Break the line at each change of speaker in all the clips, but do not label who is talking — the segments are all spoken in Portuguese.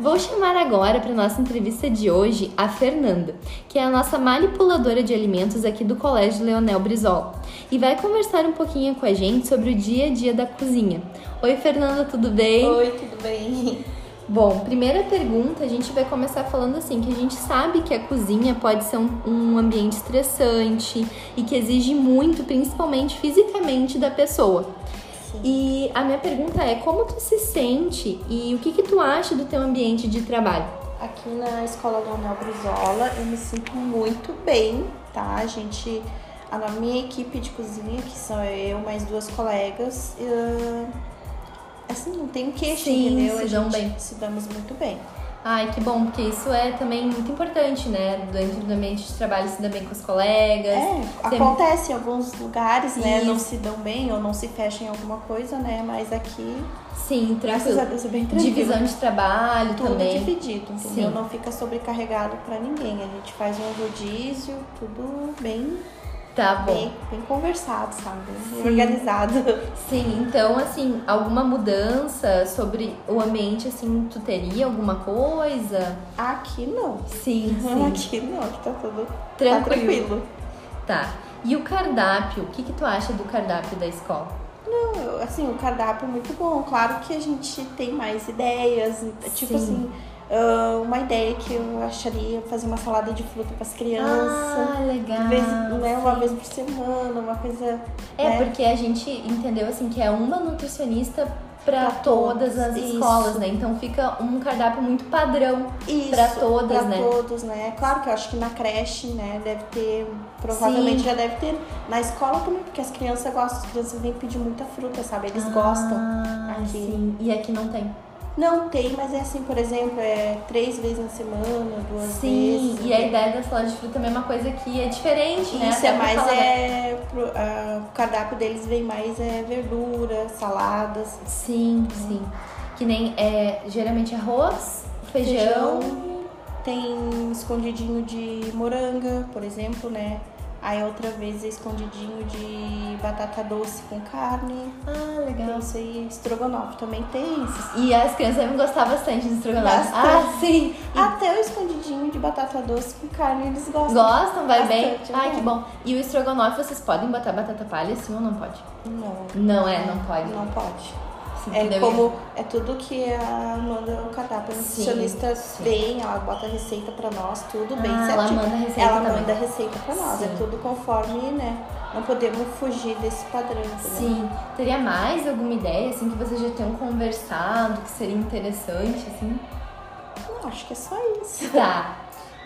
Vou chamar agora para nossa entrevista de hoje a Fernanda, que é a nossa manipuladora de alimentos aqui do Colégio Leonel Brizola, e vai conversar um pouquinho com a gente sobre o dia a dia da cozinha. Oi, Fernanda, tudo bem?
Oi, tudo bem?
Bom, primeira pergunta, a gente vai começar falando assim, que a gente sabe que a cozinha pode ser um, um ambiente estressante e que exige muito, principalmente fisicamente, da pessoa.
Sim.
E a minha pergunta é, como tu se sente e o que que tu acha do teu ambiente de trabalho?
Aqui na escola Leonel Brizola, eu me sinto muito bem, tá? A gente, a minha equipe de cozinha, que são eu mais duas colegas, eh, assim, não tem queixa,
Sim,
entendeu?
se
a
dão
gente
bem.
se damos muito bem.
Ai, que bom, porque isso é também muito importante, né? Dentro do ambiente de trabalho, se dar bem com os colegas.
É,
Sempre-
acontece em alguns lugares, né? Não
Isso.
se dão bem ou não se fecham em alguma coisa, né? Mas aqui,
Sim,
graças a
tranquilo.
Deus, é bem tranquilo. é
Divisão de trabalho
Tudo
também.
dividido,
Sim.
entendeu? Não fica sobrecarregado pra ninguém. A gente faz um rodízio, tudo bem,
Tá bom.
bem, bem conversado, sabe? Bem
Sim.
Organizado.
Sim, então assim, alguma mudança sobre o ambiente, assim, tu teria alguma coisa?
Aqui não.
Sim, sim.
Aqui não, aqui tá tudo tá
Tranquilo.
tranquilo.
Tá. E o cardápio, o que, que tu acha do cardápio da escola?
Eu, Assim, o cardápio é muito bom. Claro que a gente tem mais ideias. Tipo
Sim.
assim, ah, uma ideia que eu acharia fazer uma salada de fruta pras crianças.
ah, legal.
Vez, né, uma vez por semana, uma coisa.
É,
né?
porque a gente entendeu assim que é uma nutricionista pra
Pra
todas
todas,
as
isso.
escolas, né? Então fica um cardápio muito padrão.
Isso,
Pra todas,
pra
né?
todos, né? Claro que eu acho que na creche, né, deve ter, provavelmente
Sim.
já deve ter. Na escola também, porque as crianças gostam, as crianças vêm pedir muita fruta, sabe? Eles gostam.
Ah,
aqui.
Sim. E aqui não tem.
Não tem, mas é assim, por exemplo, é três vezes na semana, duas
Sim,
vezes.
e a ideia da salada de fruta é a mesma coisa que é diferente, né?
Isso
Até
é
pra
mais,
falar da-
é, pro- ah, o cardápio deles vem mais é verdura, saladas,
Sim,
Né?
sim. Que nem é geralmente arroz, feijão.
Tem escondidinho de moranga, por exemplo, né? Aí outra vez é escondidinho de batata doce com carne.
Ah,
Não
legal.
sei, estrogonofe também tem. esses-
E as crianças devem gostar bastante de estrogonofe.
Bastante.
Ah, sim. E
Até o escondidinho de batata doce com carne eles gostam.
Gostam, vai bem?
Bastante,
Ai,
né?
que bom. E o estrogonofe, vocês podem botar batata palha sim ou não pode?
Não,
Não é, não pode.
não pode.
Sim, que
É
deve-
como é tudo que a manda o cardápio. A nutricionista
sim.
vem, ela bota a receita pra nós, tudo bem
Ah, ela
certinho.
manda a receita
Ela
também.
manda a receita pra nós,
Sim.
é tudo conforme, né? Não podemos fugir desse padrão, entendeu?
Sim. Teria mais alguma ideia, assim, que vocês já tenham conversado, que seria interessante, assim?
Não, acho que é só isso.
Tá.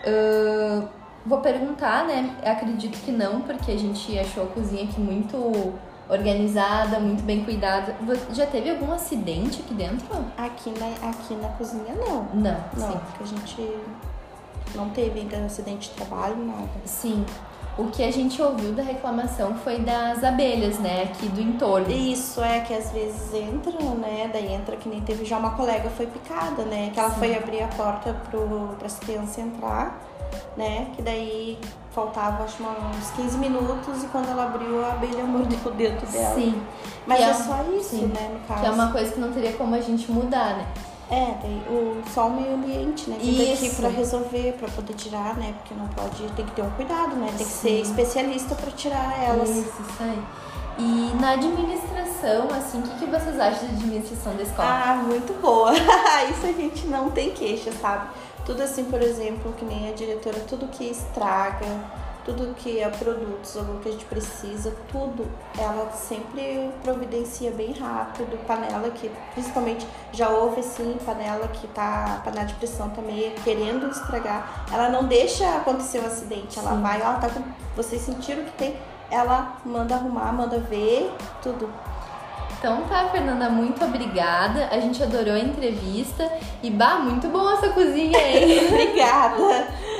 Ahn, vou perguntar, né? Acredito que não, porque a gente achou a cozinha aqui muito organizada, muito bem cuidada. Vo- Já teve algum acidente aqui dentro?
Aqui na, aqui na cozinha, não.
Não,
Não, porque a gente não teve ainda acidente de trabalho, nada.
sim. Sim. O que a gente ouviu da reclamação foi das abelhas, né? Aqui do entorno.
E Isso é que às vezes entram, né? Daí entra que nem teve já uma colega foi picada, né? Que ela
Sim.
foi abrir a porta pro, pra criança entrar, né? Que daí faltava acho uma- uns 15 minutos e quando ela abriu a abelha mordeu o dedo dela.
Sim.
Mas
Que
é,
é-
só isso,
sim.
né? No caso.
Que é uma coisa que não teria como a gente mudar, né?
É, daí o, só o meio ambiente, né? Tem
Isso.
daqui pra resolver, pra poder tirar, né? Porque não pode, tem que ter um cuidado, né? Tem que ser
Sim.
especialista pra tirar elas.
Isso, isso aí. E na administração, assim, o que, que vocês acham da administração da escola?
Ah, muito boa. Isso a gente não tem queixa, sabe? Tudo assim, por exemplo, que nem a diretora, tudo que estraga, tudo que é produtos, algum que a gente precisa, tudo, ela sempre providencia bem rápido, panela que, principalmente, já houve assim, panela que tá, panela de pressão tá meio querendo estragar. Ela não deixa acontecer um acidente, ela
Sim.
vai, ó, tá com. Vocês sentiram que tem? Ela manda arrumar, manda ver, tudo.
Então tá, Fernanda, muito obrigada. A gente adorou a entrevista. E bah, muito boa essa cozinha, hein?
Obrigada!